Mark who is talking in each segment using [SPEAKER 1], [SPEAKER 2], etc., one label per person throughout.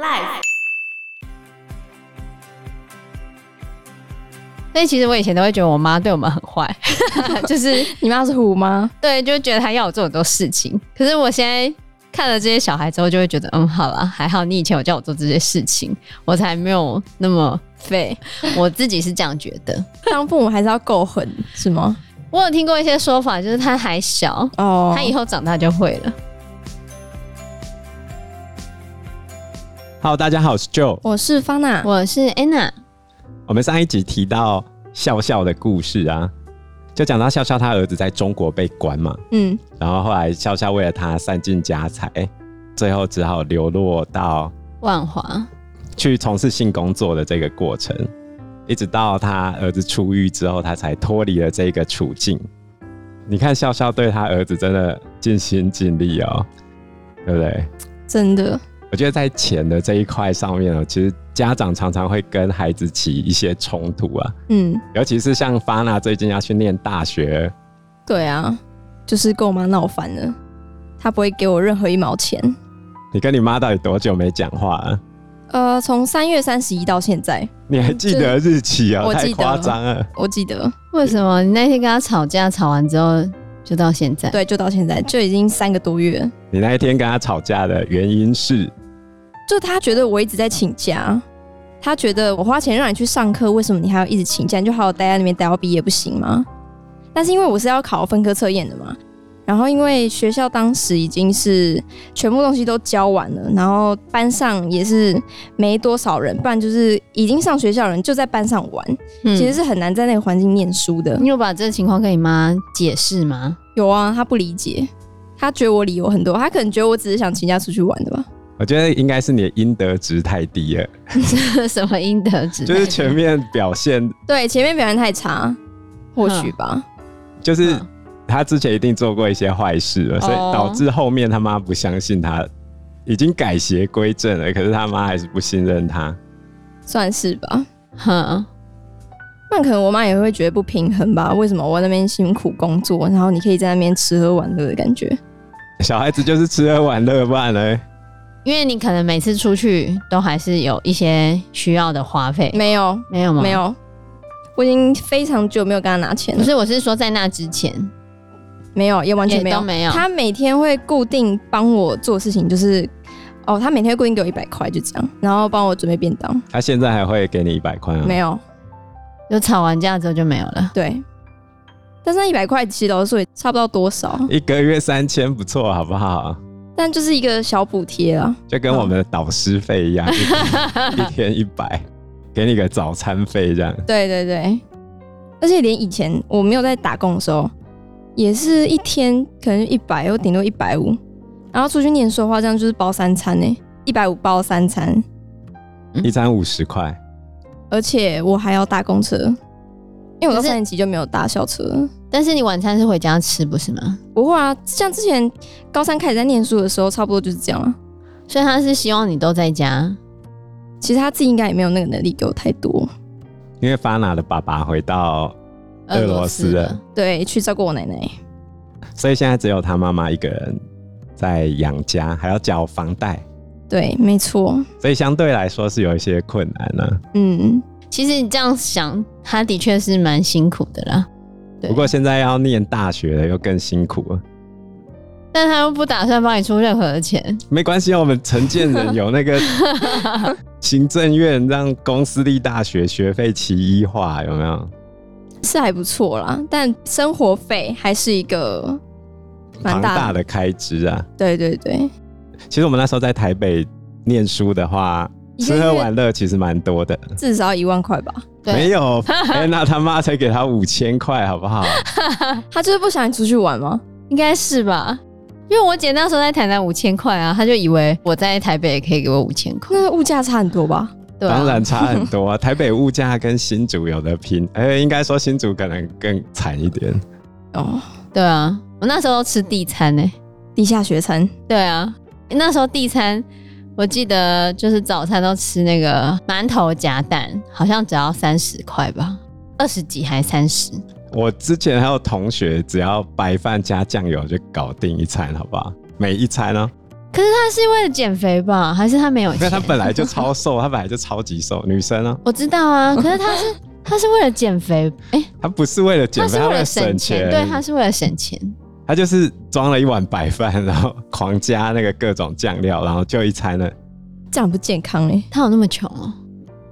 [SPEAKER 1] Life，
[SPEAKER 2] 所以其实我以前都会觉得我妈对我们很 坏，就是
[SPEAKER 3] 你妈是虎吗？
[SPEAKER 2] 对，就觉得她要我做很多事情。可是我现在看了这些小孩之后，就会觉得，嗯，好了，还好你以前有叫我做这些事情，我才没有那么废。我自己是这样觉得。
[SPEAKER 3] 当父母还是要够狠，是吗？
[SPEAKER 2] 我有听过一些说法，就是他还小，
[SPEAKER 3] 哦
[SPEAKER 2] 他以后长大就会了。
[SPEAKER 4] Hello，大家好，我是 Joe。
[SPEAKER 3] 我是方娜，
[SPEAKER 2] 我是 Anna，
[SPEAKER 4] 我们上一集提到笑笑的故事啊，就讲到笑笑他儿子在中国被关嘛，
[SPEAKER 3] 嗯，
[SPEAKER 4] 然后后来笑笑为了他散尽家财，哎最后只好流落到
[SPEAKER 2] 万华。
[SPEAKER 4] 去从事性工作的这个过程，一直到他儿子出狱之后，他才脱离了这个处境。你看笑笑对他儿子真的尽心尽力哦，对不对？
[SPEAKER 3] 真的，
[SPEAKER 4] 我觉得在钱的这一块上面哦，其实家长常常会跟孩子起一些冲突啊。
[SPEAKER 3] 嗯，
[SPEAKER 4] 尤其是像发娜最近要去念大学，
[SPEAKER 3] 对啊，就是跟我妈闹翻了，她不会给我任何一毛钱。
[SPEAKER 4] 你跟你妈到底多久没讲话、啊？
[SPEAKER 3] 呃，从三月三十一到现在，
[SPEAKER 4] 你还记得日期哦、
[SPEAKER 3] 我
[SPEAKER 4] 太
[SPEAKER 3] 记得
[SPEAKER 4] 夸张了。
[SPEAKER 3] 我记得，
[SPEAKER 2] 为什么你那天跟他吵架，吵完之后就到现在？
[SPEAKER 3] 对，就到现在，就已经三个多月了。
[SPEAKER 4] 你那一天跟她吵架的原因是，
[SPEAKER 3] 就她觉得我一直在请假，她觉得我花钱让你去上课，为什么你还要一直请假？你就好好待在那边待到毕业不行吗？但是因为我是要考分科测验的嘛，然后因为学校当时已经是全部东西都教完了，然后班上也是没多少人，不然就是已经上学校的人就在班上玩，
[SPEAKER 2] 嗯
[SPEAKER 3] 其实是很难在那个环境念书的
[SPEAKER 2] 你。有把这个情况跟你妈解释吗？
[SPEAKER 3] 有啊，她不理解，她觉得我理由很多，她可能觉得我只是想请假出去玩的吧。
[SPEAKER 4] 我觉得应该是你的应得值太 低了，
[SPEAKER 2] 什么应得之类的？
[SPEAKER 4] 就是前面表 现，
[SPEAKER 3] 对，前面表现太差，或许吧。
[SPEAKER 4] 就是
[SPEAKER 2] 嗯
[SPEAKER 4] 她之前一定做过一些坏事了，所以
[SPEAKER 2] 哦
[SPEAKER 4] 导致后面他妈不相信她，已经改邪归正了，可是他妈还是不信任她。
[SPEAKER 3] 算是吧。
[SPEAKER 2] 哼，
[SPEAKER 3] 那可能我妈也会觉得不平衡吧？为什么我在那边辛苦工作，然后你可以在那边吃喝玩乐的感觉？
[SPEAKER 4] 小孩子就是吃喝玩乐罢了，
[SPEAKER 2] 因为你可能每次出去都还是有一些需要的花费，
[SPEAKER 3] 没有，
[SPEAKER 2] 没有吗？
[SPEAKER 3] 没。有，我已经非常久没有跟她拿钱
[SPEAKER 2] 不
[SPEAKER 3] 了，
[SPEAKER 2] 是，我是说在那之前，
[SPEAKER 3] 没有，也完全没
[SPEAKER 2] 也
[SPEAKER 3] 有，
[SPEAKER 2] 都没有
[SPEAKER 3] 她每天会固定帮我做事情，就是哦，她每天会固定给我一百块，就这样，然后帮我准备便当。
[SPEAKER 4] 他现在还会给你一百块
[SPEAKER 2] 嗯
[SPEAKER 4] 啊？
[SPEAKER 3] 没有，
[SPEAKER 2] 就吵完架之后就没有了。
[SPEAKER 3] 对。但是那一百块其实老实说也差不到多少，
[SPEAKER 4] 一个月三千不错，好不好？
[SPEAKER 3] 但就是一个小补贴啊啦。
[SPEAKER 4] 就跟我们的导师费 一样，一一天一百，给你个早餐费这样。
[SPEAKER 3] 对对对，而且连以前我没有在打工的时候，也是一天可能一百，或顶多一百五，然后出去念书的话，这样就是包三餐呢、一百五包三餐，
[SPEAKER 4] 一餐五十块，
[SPEAKER 3] 而且我还要搭公车，因为我
[SPEAKER 2] 可
[SPEAKER 3] 到
[SPEAKER 2] 是
[SPEAKER 3] 三年级就没有搭校车了。
[SPEAKER 2] 但是你晚餐是回家吃，不是吗？
[SPEAKER 3] 不会啊，像之前高三开始在念书的时候，差不多就是这样啊。
[SPEAKER 2] 所以他是希望你都在家。
[SPEAKER 3] 其实他自己应该也没有那个能力给我太多，
[SPEAKER 4] 因为发娜的爸爸回到，俄罗斯
[SPEAKER 2] 俄
[SPEAKER 4] 的
[SPEAKER 2] 罗的
[SPEAKER 3] 对，去照顾我奶奶。
[SPEAKER 4] 所以现在只有他妈妈一个人在养家，还要缴房贷，
[SPEAKER 3] 对，没错，
[SPEAKER 4] 所以相对来说是有一些困难啊呢、
[SPEAKER 3] 嗯，
[SPEAKER 2] 其实你这样想，他的确是蛮辛苦的啦。对
[SPEAKER 4] 不过现在要念大学了，又更辛苦了。
[SPEAKER 2] 但他又不打算帮你出任何的钱，
[SPEAKER 4] 没关系啊，我们承建人 有那个行政院让公私立大学学费齐一化，有没有？
[SPEAKER 3] 是还不错啦，但生活费还是一个蛮
[SPEAKER 4] 庞
[SPEAKER 3] 大
[SPEAKER 4] 大
[SPEAKER 3] 的。
[SPEAKER 4] 的开支啊！
[SPEAKER 3] 对对对，
[SPEAKER 4] 其实我们那时候在台北念书的话，
[SPEAKER 3] 一个
[SPEAKER 4] 吃
[SPEAKER 3] 月
[SPEAKER 4] 喝玩乐其实蛮多的。
[SPEAKER 3] 至少一万块吧。
[SPEAKER 2] 对
[SPEAKER 4] 没有， 哎，那他妈才给他五千块，好不好？
[SPEAKER 3] 他就是不想你出去玩吗？
[SPEAKER 2] 应该是吧？因为我姐那时候在台南五千块啊，她就以为我在台北也可以给我五千块。
[SPEAKER 3] 那物价差很多吧？
[SPEAKER 2] 对、啊，
[SPEAKER 4] 当然差很 多啊，台北物价跟新竹有的拼，哎、应该说新竹可能更惨一点。
[SPEAKER 3] 哦，
[SPEAKER 2] 对啊，我那时候吃地餐欸呢、
[SPEAKER 3] 地下学餐
[SPEAKER 2] 对啊，那时候地餐，我记得就是早餐都吃那个馒头夹蛋，好像只要三十块吧，二十几还三十。
[SPEAKER 4] 我之前还有同学，只要白饭加酱油就搞定一餐，好不好？每一餐哦、
[SPEAKER 2] 可是他是为了减肥吧？还是他没有
[SPEAKER 4] 因
[SPEAKER 2] 钱？
[SPEAKER 4] 为她本来就超瘦，她本来就超级瘦，女生啊，
[SPEAKER 2] 我知道 啊，可是他是他是为了减肥，哎、
[SPEAKER 4] 她不是为了减
[SPEAKER 2] 他是
[SPEAKER 4] 肥，她
[SPEAKER 2] 为
[SPEAKER 4] 为
[SPEAKER 2] 了
[SPEAKER 4] 了
[SPEAKER 2] 省
[SPEAKER 4] 省
[SPEAKER 2] 钱，对，他是为了省钱。
[SPEAKER 4] 她就是装了一碗白饭，然后狂加那个各种酱料，然后就一餐了。
[SPEAKER 3] 这样不健康哎、
[SPEAKER 2] 他有那么穷哦、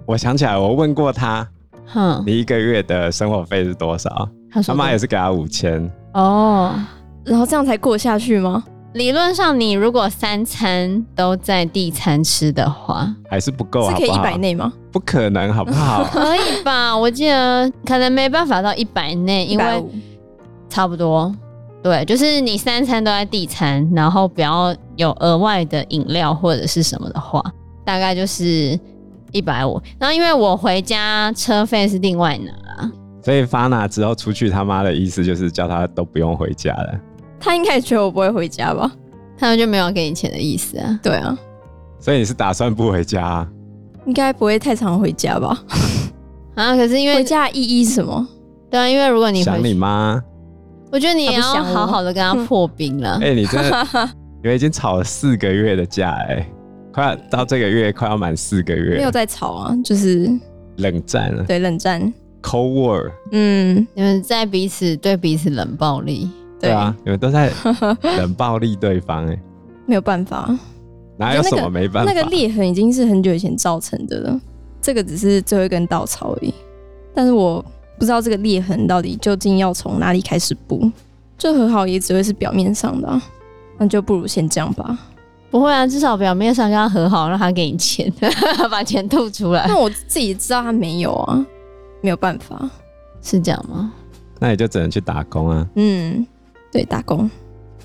[SPEAKER 4] 我想起来，我问过她，
[SPEAKER 2] 哼，
[SPEAKER 4] 你一个月的生活费是多少？
[SPEAKER 2] 他
[SPEAKER 4] 她
[SPEAKER 2] 说
[SPEAKER 4] 妈
[SPEAKER 2] 对
[SPEAKER 4] 也是给她五千，
[SPEAKER 2] 哦。
[SPEAKER 3] 然后这样才过下去吗？
[SPEAKER 2] 理论上，你如果三餐都在地餐吃的话，
[SPEAKER 4] 还是不够，
[SPEAKER 3] 是
[SPEAKER 4] 好
[SPEAKER 3] 可以
[SPEAKER 4] 不
[SPEAKER 3] 一
[SPEAKER 4] 哦好？
[SPEAKER 3] 百内吗？
[SPEAKER 4] 不可能，好不好？
[SPEAKER 2] 可以吧？我记得可能没办法到一百内，因为
[SPEAKER 3] 150
[SPEAKER 2] 差不多。对，就是你三餐都在地餐，然后不要有额外的饮料或者是什么的话，大概就是一百五。然后因为我回家车费是另外拿，
[SPEAKER 4] 所以发娜之后出去，他妈的意思就是叫她都不用回家了。
[SPEAKER 3] 他应该也觉得我不会回家吧？
[SPEAKER 2] 他们就没有给你钱的意思啊。
[SPEAKER 3] 对啊，
[SPEAKER 4] 所以你是打算不回家啊、
[SPEAKER 3] 应该不会太常回家吧？
[SPEAKER 2] 啊，可是因
[SPEAKER 3] 回
[SPEAKER 2] 为
[SPEAKER 3] 家的意义是什么？
[SPEAKER 2] 对啊，因为如果你回
[SPEAKER 4] 想你
[SPEAKER 2] 去，
[SPEAKER 4] 妈？
[SPEAKER 2] 我觉得你也要
[SPEAKER 3] 他不想我
[SPEAKER 2] 好好的跟他破冰了
[SPEAKER 4] 哎、。你真的， 你们已经吵了四个月的架、哎，快要到这个月快要满四个
[SPEAKER 3] 没
[SPEAKER 4] 月
[SPEAKER 3] 有，在吵啊，就是
[SPEAKER 4] 冷战了
[SPEAKER 3] 对冷战，
[SPEAKER 4] ，Cold War，
[SPEAKER 3] 嗯，
[SPEAKER 2] 你们在彼此对彼此冷暴力，
[SPEAKER 4] 对啊，你们 都在冷暴力对方、哎，
[SPEAKER 3] 没有办法，
[SPEAKER 4] 哪有
[SPEAKER 3] 那
[SPEAKER 4] 什
[SPEAKER 3] 个
[SPEAKER 4] 么没办法？
[SPEAKER 3] 那个裂痕已经是很久以前造成的了，这个只是最后一根稻草而已。但是我不知道这个裂痕到底究竟要从哪里开始补，这和好也只会是表面上的啊、那就不如先这样吧。
[SPEAKER 2] 不会啊，至少表面上跟他和好，让他给你钱， 把钱吐出来
[SPEAKER 3] 但，我自己知道他没有啊，没有办法。
[SPEAKER 2] 是这样吗？
[SPEAKER 4] 那你就只能去打工啊。
[SPEAKER 3] 嗯，对，打工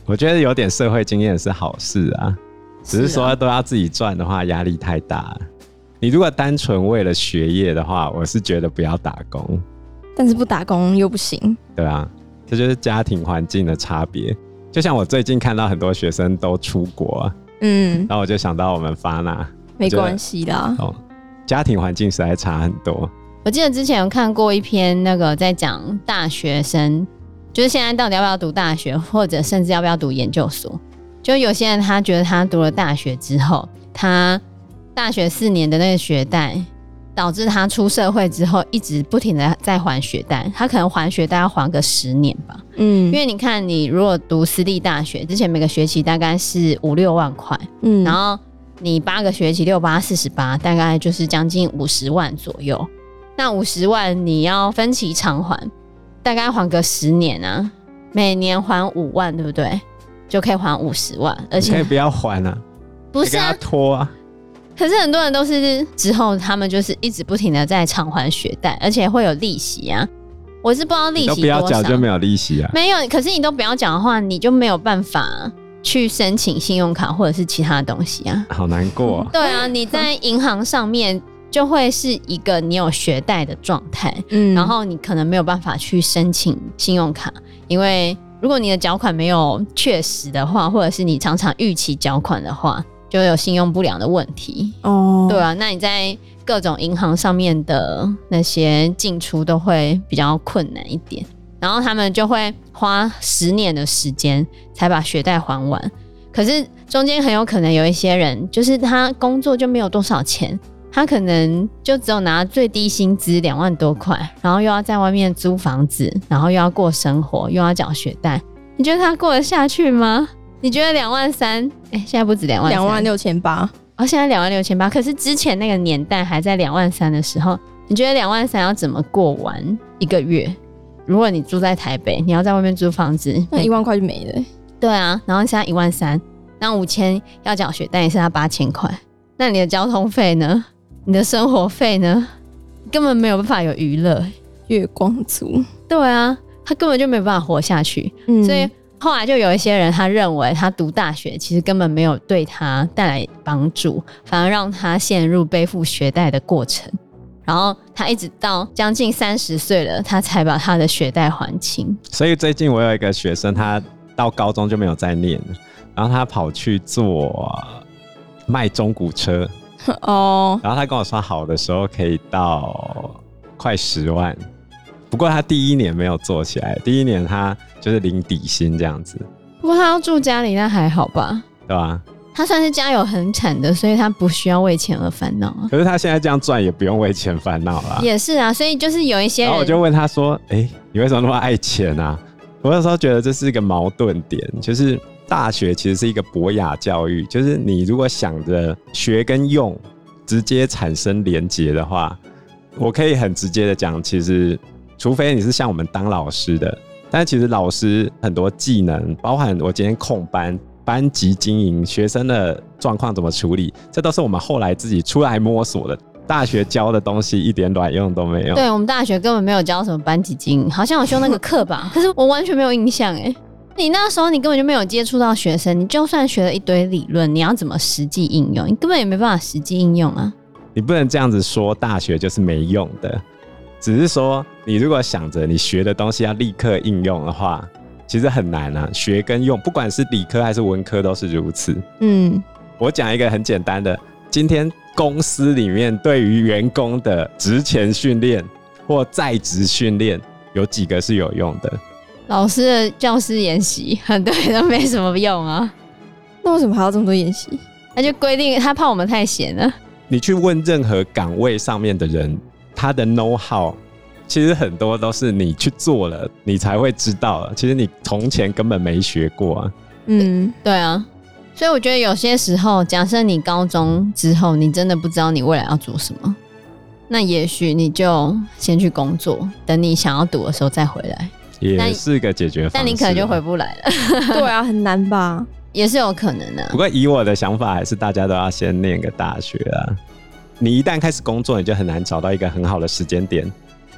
[SPEAKER 4] 我觉得有点社会经验是好事啊，只是
[SPEAKER 3] 啊
[SPEAKER 4] 说都要自己赚的话，压力太大了。你如果单纯为了学业的话，我是觉得不要打工，
[SPEAKER 3] 但是不打工又不行。
[SPEAKER 4] 对啊，这就是家庭环境的差别。就像我最近看到很多学生都出国啊、
[SPEAKER 3] 嗯，
[SPEAKER 4] 然后我就想到我们发那
[SPEAKER 3] 没关系啦。
[SPEAKER 4] 哦，家庭环境实在差很多。
[SPEAKER 2] 我记得之前有看过一篇那个在讲大学生，就是现在到底要不要读大学，或者甚至要不要读研究所。就有些人他觉得他读了大学之后，他大学四年的那个学贷，导致他出社会之后一直不停的在还学贷，他可能还学贷要还个十年吧。
[SPEAKER 3] 嗯，
[SPEAKER 2] 因
[SPEAKER 3] 因
[SPEAKER 2] 为你看，你如果读私立大学，之前每个学期大概是五六万块，
[SPEAKER 3] 嗯，
[SPEAKER 2] 然后你八个学期六八四十八，大概就是将近五十万左右。那五十万你要分期偿还，大概还个十年啊，每年还五万，对不对？就可以还五十万，而
[SPEAKER 4] 你可
[SPEAKER 2] 且
[SPEAKER 4] 以不要还啊，
[SPEAKER 2] 不
[SPEAKER 4] 你
[SPEAKER 2] 是
[SPEAKER 4] 跟他
[SPEAKER 2] 啊，
[SPEAKER 4] 拖啊，
[SPEAKER 2] 可是很多人都是之后他们就是一直不停的在偿还学贷，而且会有利息啊。我是不知道利
[SPEAKER 4] 你都
[SPEAKER 2] 息
[SPEAKER 4] 不
[SPEAKER 2] 多
[SPEAKER 4] 要
[SPEAKER 2] 少，
[SPEAKER 4] 缴就没有利息啊。
[SPEAKER 2] 没有，可是你都不要讲的话，你就没有办法去申请信用卡或者是其他东西啊。
[SPEAKER 4] 好难过哦、
[SPEAKER 2] 对啊，你在银行上面就会是一个你有学贷的状态，
[SPEAKER 3] 嗯
[SPEAKER 2] 然后你可能没有办法去申请信用卡，因为如果你的缴款没有确实的话，或者是你常常逾期缴款的话，就有信用不良的问题。
[SPEAKER 3] 哦，
[SPEAKER 2] 对啊，那你在各种银行上面的那些进出都会比较困难一点，然后他们就会花十年的时间才把学贷还完。可是中间很有可能有一些人，就是他工作就没有多少钱，他可能就只有拿最低薪资两万多块，然后又要在外面租房子，然后又要过生活，又要缴学贷，你觉得他过得下去吗？你觉得两万三？哎，现在不止两万，
[SPEAKER 3] 两万六千八，
[SPEAKER 2] 哦，现在两万六千八，可是之前那个年代还在两万三的时候，你觉得两万三要怎么过完一个月？如果你住在台北，你要在外面租房子，
[SPEAKER 3] 那一万块就没了欸、
[SPEAKER 2] 对啊，然后现在一万三，那五千要缴学贷，剩下八千块，那你的交通费呢？你的生活费呢？根本没有办法有娱乐、
[SPEAKER 3] 月光族。
[SPEAKER 2] 对啊，他根本就没办法活下去。
[SPEAKER 3] 嗯
[SPEAKER 2] 所以后来就有一些人，他认为他读大学其实根本没有对他带来帮助，反而让他陷入背负学贷的过程。然后他一直到将近三十岁了，他才把他的学贷还清。
[SPEAKER 4] 所以最近我有一个学生，他到高中就没有再念了，然后他跑去做卖中古车，
[SPEAKER 3] 哦，
[SPEAKER 4] 然后他跟我说好的时候可以到快十万，不过他第一年没有做起来，第一年他就是零底薪这样子，
[SPEAKER 2] 不过他要住家里，那还好吧？
[SPEAKER 4] 对吧？
[SPEAKER 2] 他算是家有恒产的，所以他不需要为钱而烦恼啊。
[SPEAKER 4] 可是他现在这样赚也不用为钱烦恼啦。
[SPEAKER 2] 也是啊，所以就是有一些
[SPEAKER 4] 然后我
[SPEAKER 2] 人
[SPEAKER 4] 就问他说：“哎、你为什么那么爱钱啊？”我有时候觉得这是一个矛盾点，就是大学其实是一个博雅教育，就是你如果想着学跟用直接产生连结的话，我可以很直接的讲，其实除非你是像我们当老师的，但其实老师很多技能，包含我今天控班。班级经营、学生的状况怎么处理，这都是我们后来自己出来摸索的。大学教的东西一点卵用都没有。
[SPEAKER 2] 对我们大学根本没有教什么班级经营，好像有修那个课 吧，可是我完全没有印象哎。你那时候你根本就没有接触到学生，你就算学了一堆理论，你要怎么实际应用？你根本也没办法实际应用啊。
[SPEAKER 4] 你不能这样子说大学就是没用的，只是说你如果想着你学的东西要立刻应用的话，其实很难啊。学跟用，不管是理科还是文科都是如此。
[SPEAKER 3] 嗯，
[SPEAKER 4] 我讲一个很简单的，今天公司里面对于员工的职前训练或在职训练，有几个是有用的？
[SPEAKER 2] 老师的教师研习很多人都没什么用啊，
[SPEAKER 3] 那为什么还要这么多演习？
[SPEAKER 2] 他就规定他怕我们太闲了。
[SPEAKER 4] 你去问任何岗位上面的人，他的 know how，其实很多都是你去做了，你才会知道。啊其实你从前根本没学过啊。
[SPEAKER 3] 嗯，
[SPEAKER 2] 对啊，所以我觉得有些时候，假设你高中之后你真的不知道你未来要做什么，那也许你就先去工作，等你想要读的时候再回来，
[SPEAKER 4] 也是个解决方式啊，
[SPEAKER 2] 但你可能就回不来了，
[SPEAKER 3] 对啊，很难吧？
[SPEAKER 2] 也是有可能的、
[SPEAKER 4] 不过以我的想法，还是大家都要先念个大学啊。你一旦开始工作，你就很难找到一个很好的时间点，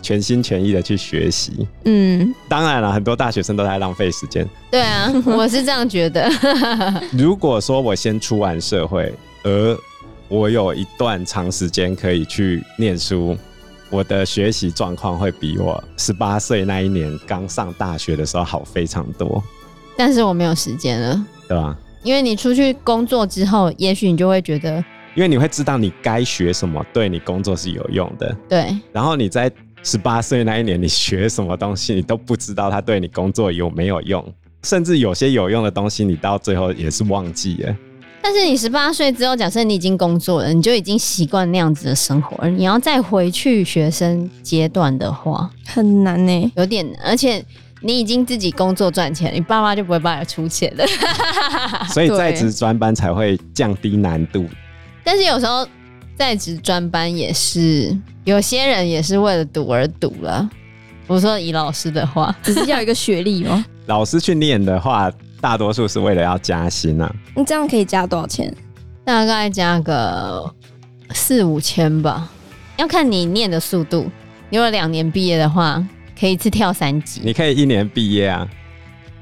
[SPEAKER 4] 全心全意的去学习。
[SPEAKER 3] 嗯，
[SPEAKER 4] 当然了，很多大学生都在浪费时间，
[SPEAKER 2] 对啊，我是这样觉得。
[SPEAKER 4] 如果说我先出完社会，而我有一段长时间可以去念书，我的学习状况会比我十八岁那一年刚上大学的时候好非常多，
[SPEAKER 2] 但是我没有时间了，
[SPEAKER 4] 对吧？
[SPEAKER 2] 因为你出去工作之后，也许你就会觉得，
[SPEAKER 4] 因为你会知道你该学什么，对你工作是有用的。
[SPEAKER 2] 对
[SPEAKER 4] 然后你在十八岁那一年，你学什么东西，你都不知道它对你工作有没有用，甚至有些有用的东西，你到最后也是忘记了。
[SPEAKER 2] 但是你十八岁之后，假设你已经工作了，你就已经习惯那样子的生活了。你要再回去学生阶段的话，
[SPEAKER 3] 很难欸呢、
[SPEAKER 2] 有点难，而且你已经自己工作赚钱，你爸妈就不会帮你出钱了。
[SPEAKER 4] 所以
[SPEAKER 3] 对
[SPEAKER 4] 在职专班才会降低难度，
[SPEAKER 2] 但是有时候在职专班也是，有些人也是为了赌而赌了。我说以老师的话，
[SPEAKER 3] 只是要一个学历哦。
[SPEAKER 4] 老师去念的话，大多数是为了要加薪啊。
[SPEAKER 3] 你这样可以加多少钱？
[SPEAKER 2] 大概加个四五千吧，要看你念的速度。你如果两年毕业的话，可以一次跳三级，
[SPEAKER 4] 你可以一年毕业啊，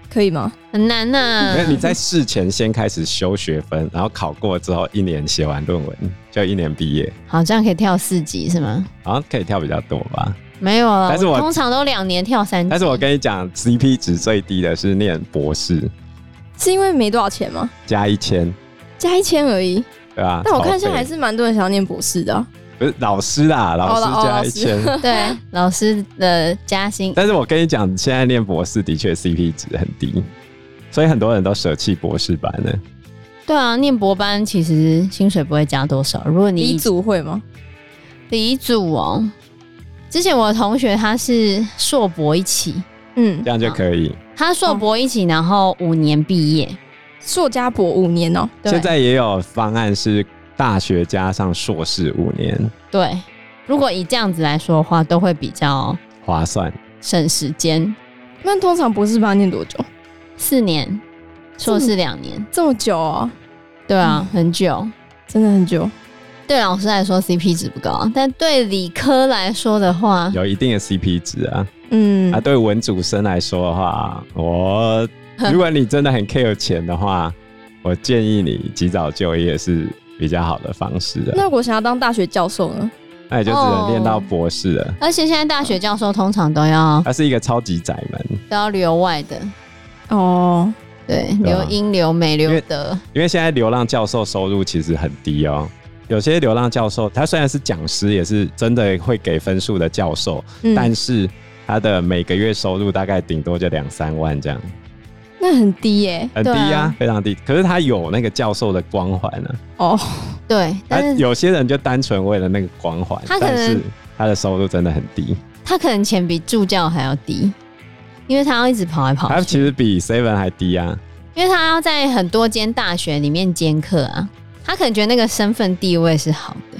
[SPEAKER 3] 可以吗？
[SPEAKER 2] 很难呐、
[SPEAKER 3] 嗯
[SPEAKER 4] 没有你在事前先开始修学分，然后考过之后一年写完论文，就一年毕业，
[SPEAKER 2] 好，这样可以跳四级是吗？
[SPEAKER 4] 好像可以跳比较多吧。
[SPEAKER 2] 没有啊，
[SPEAKER 4] 但是我
[SPEAKER 2] 通常都两年跳
[SPEAKER 3] 嗯
[SPEAKER 2] 三级。
[SPEAKER 4] 但是我跟你讲，CP 值最低的是念博士，
[SPEAKER 3] 是因为没多少钱吗？
[SPEAKER 4] 加一千，
[SPEAKER 3] 加一千而已。
[SPEAKER 4] 对吧？
[SPEAKER 3] 但我
[SPEAKER 4] 啊超
[SPEAKER 3] 看
[SPEAKER 4] 费
[SPEAKER 3] 现在还是蛮多人想要念博士的啊、
[SPEAKER 4] 不是老师啦，老
[SPEAKER 3] 哦
[SPEAKER 4] 师
[SPEAKER 3] 哦
[SPEAKER 4] 加
[SPEAKER 3] 老
[SPEAKER 4] 一
[SPEAKER 3] 师
[SPEAKER 4] 千。
[SPEAKER 2] 对老师的加薪
[SPEAKER 4] 但是我跟你讲，现在念博士的确 CP 值很低，所以很多人都舍弃博士班了。
[SPEAKER 2] 对啊，念博班其实薪水不会加多少。如果你
[SPEAKER 3] 李祖会吗？
[SPEAKER 2] 理组哦，之前我的同学他是硕博一起，
[SPEAKER 3] 嗯
[SPEAKER 4] 这，样就可以。
[SPEAKER 2] 他硕博一起，然后五年毕业。
[SPEAKER 3] 硕加博五年哦、
[SPEAKER 2] 对
[SPEAKER 4] 现在也有方案是大学加上硕士五年，
[SPEAKER 2] 对，如果以这样子来说的话，都会比较
[SPEAKER 4] 划算。
[SPEAKER 2] 省时间，
[SPEAKER 3] 那通常博士班要念多久？
[SPEAKER 2] 四年，硕士两年。
[SPEAKER 3] 这么久哦、
[SPEAKER 2] 对
[SPEAKER 4] 嗯
[SPEAKER 2] 啊，很久。
[SPEAKER 3] 真的很久。
[SPEAKER 2] 对老师来说 CP 值不高啊，但对理科来说的话，
[SPEAKER 4] 有一定的 CP 值啊。
[SPEAKER 3] 嗯，
[SPEAKER 4] 啊，对文主生来说的话，我如果你真的很 care 钱的话，我建议你及早就业是比较好的方式的。
[SPEAKER 3] 那我想要当大学教授呢？
[SPEAKER 4] 那你就只能练到博士了。
[SPEAKER 3] 哦
[SPEAKER 2] 而且现在大学教授通常都要
[SPEAKER 4] 它是一个超级窄门，
[SPEAKER 2] 都要留外的，
[SPEAKER 3] 哦，
[SPEAKER 2] 对，
[SPEAKER 4] 对
[SPEAKER 2] 留
[SPEAKER 4] 啊
[SPEAKER 2] 英、留美、
[SPEAKER 4] 因
[SPEAKER 2] 留
[SPEAKER 4] 为
[SPEAKER 2] 德。
[SPEAKER 4] 因为现在流浪教授收入其实很低哦。有些流浪教授，他虽然是讲师，也是真的会给分数的教授，
[SPEAKER 3] 嗯
[SPEAKER 4] 但是他的每个月收入大概顶多就两三万这样。
[SPEAKER 3] 那很低耶、
[SPEAKER 4] 很低
[SPEAKER 2] 对啊
[SPEAKER 4] 呀、非常低。可是他有那个教授的光环啊，
[SPEAKER 3] 哦，
[SPEAKER 2] 对，
[SPEAKER 4] 他
[SPEAKER 2] 但是
[SPEAKER 4] 有些人就单纯为了那个光环，
[SPEAKER 2] 他可能
[SPEAKER 4] 但是他的收入真的很低，
[SPEAKER 2] 他可能钱比助教还要低，因为他要一直跑来跑
[SPEAKER 4] 他
[SPEAKER 2] 去，
[SPEAKER 4] 其实比 Seven 还低啊。
[SPEAKER 2] 因为他要在很多间大学里面兼课啊。他可能觉得那个身份地位是好的。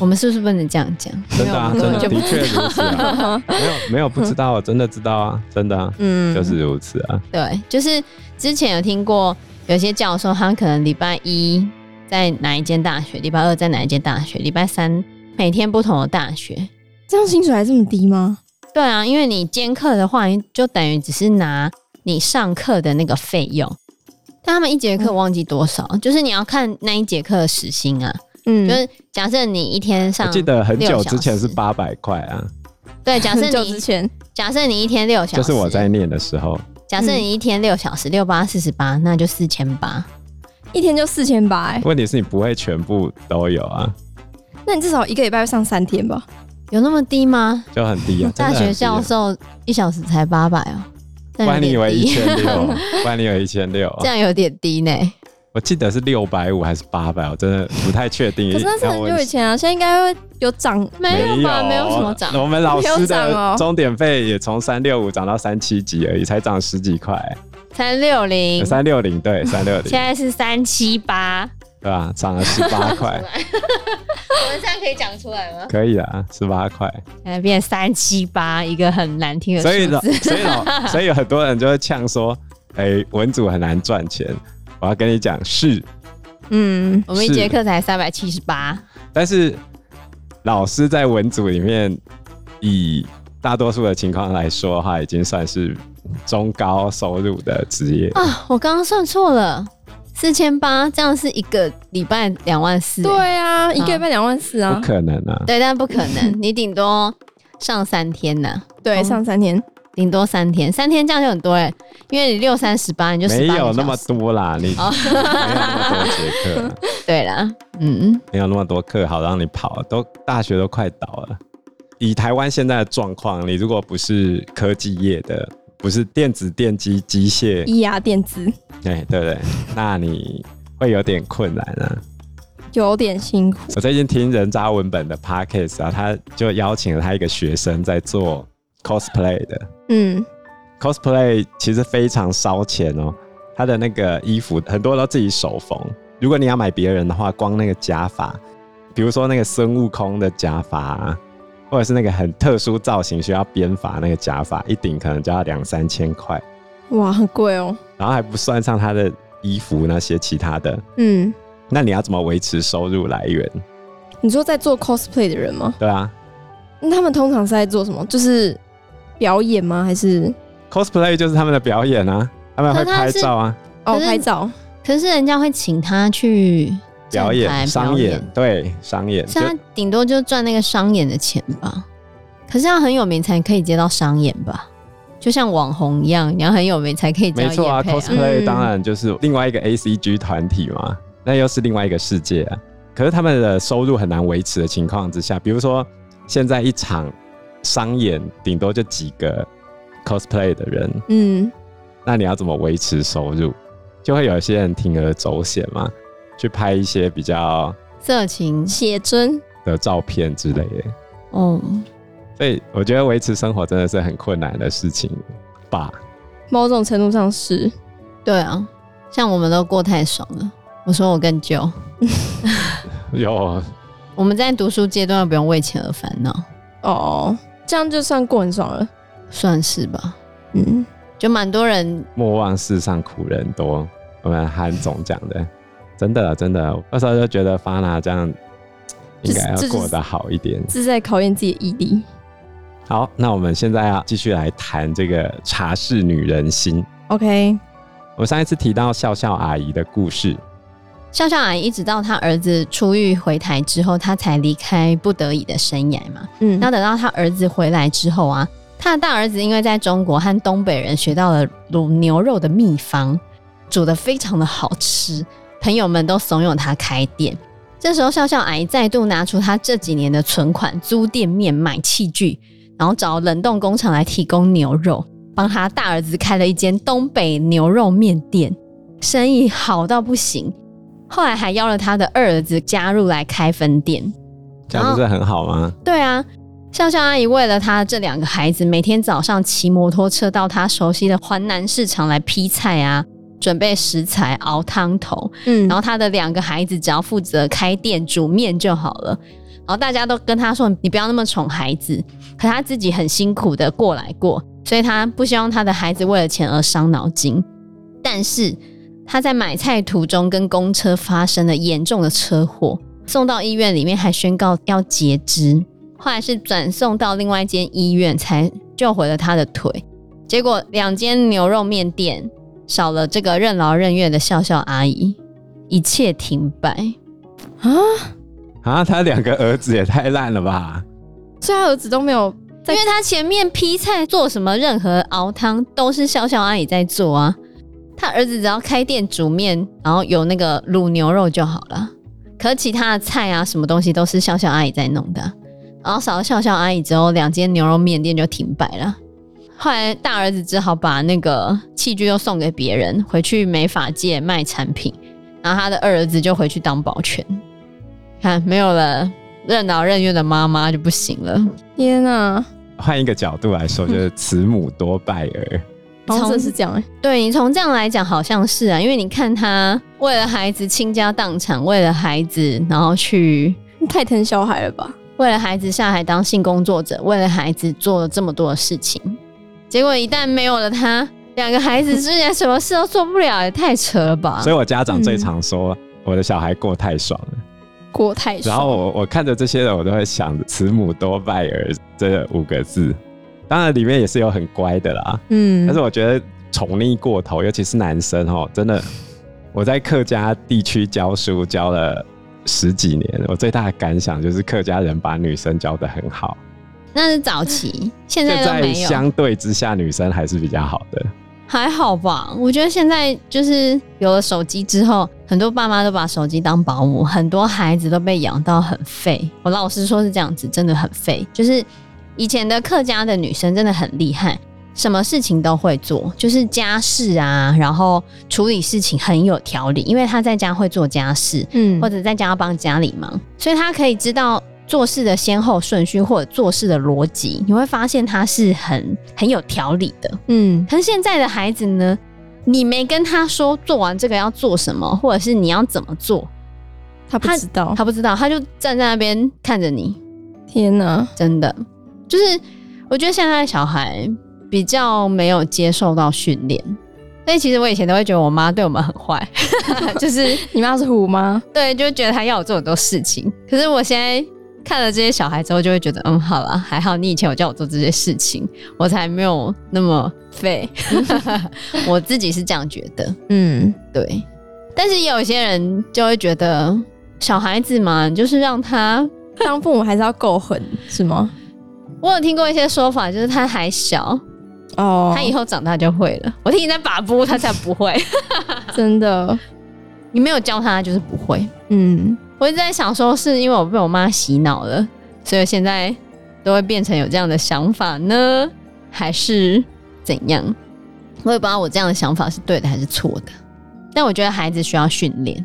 [SPEAKER 2] 我们是不是不能这样讲？
[SPEAKER 4] 真的啊，
[SPEAKER 2] 没
[SPEAKER 4] 真
[SPEAKER 2] 有我们根本就
[SPEAKER 4] 的的
[SPEAKER 2] 不
[SPEAKER 4] 确如此啊，没有没有不知道，我真的知道啊，真的啊，
[SPEAKER 3] 嗯，
[SPEAKER 4] 就是如此啊。
[SPEAKER 2] 对，就是之前有听过有些教授，他可能礼拜一在哪一间大学，礼拜二在哪一间大学，礼拜三每天不同的大学。
[SPEAKER 3] 这样薪水还这么低吗？
[SPEAKER 2] 对啊，因为你兼课的话，你就等于只是拿你上课的那个费用。但他们一节课忘记多少，就是你要看那一节课的时薪啊。
[SPEAKER 3] 嗯，
[SPEAKER 2] 就是假设你一天
[SPEAKER 4] 我
[SPEAKER 2] 上，
[SPEAKER 4] 记得很久之前是
[SPEAKER 2] 六小时
[SPEAKER 4] 八百块啊，
[SPEAKER 2] 对，假 设
[SPEAKER 3] 很久之
[SPEAKER 2] 你
[SPEAKER 3] 前，
[SPEAKER 2] 假设你一天六小时，
[SPEAKER 4] 就是我在念的时候，
[SPEAKER 2] 假设你一天六小时，六八四十八，那就四千八。
[SPEAKER 3] 一天就四千八，哎
[SPEAKER 4] 问题是你不会全部都有啊，
[SPEAKER 3] 那你至少一个礼拜会上三天吧？
[SPEAKER 2] 有那么低吗？
[SPEAKER 4] 就很低啊。真
[SPEAKER 2] 大
[SPEAKER 4] 的很低啊
[SPEAKER 2] 学教，授一小时才八百哦，
[SPEAKER 4] 不
[SPEAKER 2] 这有
[SPEAKER 4] 然你以
[SPEAKER 2] 点
[SPEAKER 4] 为一
[SPEAKER 2] 低，
[SPEAKER 4] 千六，不然你以为一千六
[SPEAKER 2] 这
[SPEAKER 4] 啊？
[SPEAKER 2] 样有点低呢。
[SPEAKER 4] 我记得是六百五还是八百，我真的不太确定。
[SPEAKER 3] 可是那是很久以前啊，现在应该会有涨。
[SPEAKER 2] 没有吧？没有
[SPEAKER 4] 有啊
[SPEAKER 2] 什么涨，
[SPEAKER 4] 我们老
[SPEAKER 3] 没
[SPEAKER 4] 师
[SPEAKER 3] 有涨
[SPEAKER 4] 的
[SPEAKER 3] 哦
[SPEAKER 4] 钟点费也从三六五涨到三七几而已，才涨十几块，
[SPEAKER 2] 才六零，
[SPEAKER 4] 三六 零对，三六零
[SPEAKER 2] 现在是三七八。
[SPEAKER 4] 对吧？涨了十八 块，
[SPEAKER 2] 我们这样可以讲出来吗？
[SPEAKER 4] 可以啦，十八块。
[SPEAKER 2] 现在变三七八，一个很难听的
[SPEAKER 4] 所以
[SPEAKER 2] 数
[SPEAKER 4] 老，
[SPEAKER 2] 字。
[SPEAKER 4] 所以老，所以有很多人就会呛说：“哎、文组很难赚钱。”我要跟你讲是，
[SPEAKER 3] 嗯，
[SPEAKER 2] 我们一节课才三百七十八，
[SPEAKER 4] 但是老师在文组里面，以大多数的情况来说的话，已经算是中高收入的职业。
[SPEAKER 2] 啊我刚刚算错了，四千八，这样是一个礼拜两万四。欸
[SPEAKER 3] 对啊，一个礼拜两万四啊
[SPEAKER 4] 不，可能啊！
[SPEAKER 2] 对，但不可能，你顶多上三天呢、
[SPEAKER 3] 对，
[SPEAKER 2] 嗯
[SPEAKER 3] 上三天，
[SPEAKER 2] 顶多三天，三天这样就很多哎，因为你六三十八，你就18
[SPEAKER 4] 没有
[SPEAKER 2] 个小时
[SPEAKER 4] 那么多啦，你没有那么多节课啊，
[SPEAKER 2] 对啦，嗯，
[SPEAKER 4] 没有那么多课好让你跑，都大学都快倒了。以台湾现在的状况，你如果不是科技业的，不是电子、电机、机械，
[SPEAKER 3] 一啊牙垫资
[SPEAKER 4] 哎、对不对？那你会有点困难啊。
[SPEAKER 3] 有点辛苦。
[SPEAKER 4] 我最近听人渣文本的 podcast 啊，他就邀请了他一个学生在做 cosplay 的
[SPEAKER 3] 嗯，
[SPEAKER 4] cosplay，其实非常烧钱哦。他的那个衣服很多都自己手缝，如果你要买别人的话，光那个假发，比如说那个孙悟空的假发、啊，或者是那个很特殊造型需要编发那个假发，一顶可能就要两三千块，
[SPEAKER 3] 哇，很贵哦。
[SPEAKER 4] 然后还不算上他的衣服那些其他的。
[SPEAKER 3] 嗯，
[SPEAKER 4] 那你要怎么维持收入来源？
[SPEAKER 3] 你说在做 cosplay 的人吗？
[SPEAKER 4] 对啊
[SPEAKER 3] 那他们通常是在做什么？就是表演吗？还是
[SPEAKER 4] ，cosplay 就是他们的表演啊，他们会
[SPEAKER 2] 可是他
[SPEAKER 4] 拍
[SPEAKER 2] 是
[SPEAKER 4] 照啊，
[SPEAKER 3] 哦
[SPEAKER 2] 可是
[SPEAKER 3] 拍照？
[SPEAKER 2] 可是人家会请他去
[SPEAKER 4] 表
[SPEAKER 2] 站台
[SPEAKER 4] 演、商
[SPEAKER 2] 表
[SPEAKER 4] 演，，对，商演。
[SPEAKER 2] 所以
[SPEAKER 4] 就
[SPEAKER 2] 他顶多就赚那个商演的钱吧。可是要很有名才可以接到商演吧，就像网红一样，你要很有名才可以接
[SPEAKER 4] 没
[SPEAKER 2] 到
[SPEAKER 4] 错啊
[SPEAKER 2] 演配啊。
[SPEAKER 4] ，cosplay
[SPEAKER 3] 嗯
[SPEAKER 4] 当然就是另外一个 A C G 团体嘛，那又是另外一个世界啊。可是他们的收入很难维持的情况之下，比如说现在一场商演顶多就几个 cosplay 的人，
[SPEAKER 3] 嗯，
[SPEAKER 4] 那你要怎么维持收入？就会有一些人铤而走险嘛，去拍一些比较
[SPEAKER 2] 色情，
[SPEAKER 3] 写真。
[SPEAKER 4] 的照片之类的。
[SPEAKER 2] 哦，
[SPEAKER 4] 所以我觉得维持生活真的是很困难的事情吧。
[SPEAKER 3] 某种程度上是，
[SPEAKER 2] 对啊，像我们都过太爽了。我说我更旧，
[SPEAKER 4] 有
[SPEAKER 2] 我们在读书阶段不用为钱而烦恼，
[SPEAKER 3] 哦，这样就算过很爽了。
[SPEAKER 2] 算是吧。
[SPEAKER 3] 嗯，
[SPEAKER 2] 就蛮多人
[SPEAKER 4] 莫忘世上苦人多，我们韩总讲的，真的真的，那时候就觉得发娜这样应该要
[SPEAKER 3] 就是
[SPEAKER 4] 过得好一点。
[SPEAKER 3] 这是在考验自己的毅力。
[SPEAKER 4] 好，那我们现在要继续来谈这个茶室女人心。
[SPEAKER 3] OK，
[SPEAKER 4] 我们上一次提到笑笑阿姨的故事，
[SPEAKER 2] 笑笑阿姨一直到她儿子出狱回台之后，她才离开不得已的生涯嘛。
[SPEAKER 3] 嗯，
[SPEAKER 2] 那等到她儿子回来之后啊，她的大儿子因为在中国和东北人学到了卤牛肉的秘方，煮的非常的好吃，朋友们都怂恿他开店。这时候，笑笑阿姨再度拿出她这几年的存款，租店面、买器具，然后找冷冻工厂来提供牛肉。帮他大儿子开了一间东北牛肉面店，生意好到不行。后来还邀了他的二儿子加入来开分店。
[SPEAKER 4] 这样不是很好吗？
[SPEAKER 2] 对啊，笑笑阿姨为了他这两个孩子，每天早上骑摩托车到他熟悉的环南市场来批菜啊，准备食材熬汤头。
[SPEAKER 3] 嗯，
[SPEAKER 2] 然
[SPEAKER 3] 然
[SPEAKER 2] 后
[SPEAKER 3] 后
[SPEAKER 2] 他的两个孩子只要负责开店煮面就好了。然后大家都跟他说：“你不要那么宠孩子。”可他自己很辛苦的过来过，所以他不希望他的孩子为了钱而伤脑筋。但是他在买菜途中跟公车发生了严重的车祸，送到医院里面还宣告要截肢，后来是转送到另外一间医院才救回了他的腿。结果两间牛肉面店少了这个任劳任怨的笑笑阿姨，一切停摆。
[SPEAKER 3] 啊，
[SPEAKER 4] 啊，他两个儿子也太烂了吧！
[SPEAKER 3] 所以他儿子都没有
[SPEAKER 2] 因为他前面批菜做什么，任何熬汤都是笑笑阿姨在做啊。他儿子只要开店煮面，然后有那个卤牛肉就好了。可其他的菜啊，什么东西都是笑笑阿姨在弄的啊。然后少了笑笑阿姨之后，两间牛肉面店就停摆了。后来大儿子只好把那个器具又送给别人，回去美发界卖产品。然后他的二儿子就回去当保全。看，没有了任劳任怨的妈妈就不行了。
[SPEAKER 3] 天啊，
[SPEAKER 4] 换一个角度来说，就是慈母多败 儿。
[SPEAKER 3] 好像
[SPEAKER 2] 从
[SPEAKER 3] 真的是这样哎、
[SPEAKER 2] 对你从这样来讲，好像是啊，因为你看他为了孩子倾家荡产，为了孩子，然后去
[SPEAKER 3] 哎太疼小孩了吧？
[SPEAKER 2] 为了孩子下海当性工作者，为了孩子做了这么多的事情，结果一旦没有了他，两个孩子之间什么事都做不了，也太扯了
[SPEAKER 3] 啊
[SPEAKER 2] 吧
[SPEAKER 4] 所？以我家长最
[SPEAKER 3] 嗯
[SPEAKER 4] 常说、我的小孩过太爽了。
[SPEAKER 3] 过太
[SPEAKER 4] 然
[SPEAKER 3] 爽，
[SPEAKER 4] 后我我看着这些人，我都会想“慈母多败儿”这五个字。当然，里面也是有很乖的啦，
[SPEAKER 3] 嗯
[SPEAKER 4] 但是我觉得宠溺过头，尤其是男生哦，真的。我在客家地区教书教了十几年，我最大的感想就是客家人把女生教得很好，
[SPEAKER 2] 那是早期，现
[SPEAKER 4] 现
[SPEAKER 2] 在都
[SPEAKER 4] 在
[SPEAKER 2] 没有，
[SPEAKER 4] 相对之下，女生还是比较好的。
[SPEAKER 2] 还好吧？我觉得现在就是有了手机之后，很多爸妈都把手机当保姆，很多孩子都被养到很废。我老实说是这样子，真的很废。就是以前的客家的女生真的很厉害，什么事情都会做，就是家事啊，然后处理事情很有条理，因为她在家会做家事，
[SPEAKER 3] 嗯
[SPEAKER 2] 或者在家帮家里忙，所以他可以知道做事的先后顺序或者做事的逻辑。你会发现他是很很有条理的。
[SPEAKER 3] 嗯
[SPEAKER 2] 可是现在的孩子呢，你没跟他说做完这个要做什么，或者是你要怎么做，
[SPEAKER 3] 他不
[SPEAKER 2] 他
[SPEAKER 3] 知道，
[SPEAKER 2] 他不知道，他就站在那边看着你。
[SPEAKER 3] 天哪、
[SPEAKER 2] 真的，就是我觉得现在的小孩比较没有接受到训练。所以其实我以前都会觉得我妈对我们很坏， 就是
[SPEAKER 3] 你妈是虎吗？
[SPEAKER 2] 对，就觉得他要我做很多事情。可是我现在看了这些小孩之后，就会觉得，嗯，好啦，还好你以前有叫我做这些事情，我才没有那么 废。我自己是这样觉得，
[SPEAKER 3] 嗯，
[SPEAKER 2] 对。但是也有些人就会觉得，小孩子嘛，你就是让他。
[SPEAKER 3] 当父母还是要够狠，是吗？
[SPEAKER 2] 我有听过一些说法，就是他还小，
[SPEAKER 3] 哦，
[SPEAKER 2] 他以后长大就会了。我听你在把布，他才不会。
[SPEAKER 3] 真的，
[SPEAKER 2] 你没有教他，他就是不会。
[SPEAKER 3] 嗯，
[SPEAKER 2] 我一直在想说，是因为我被我妈洗脑了，所以我现在都会变成有这样的想法呢，还是怎样？我也不知道我这样的想法是对的还是错的。但我觉得孩子需要训练。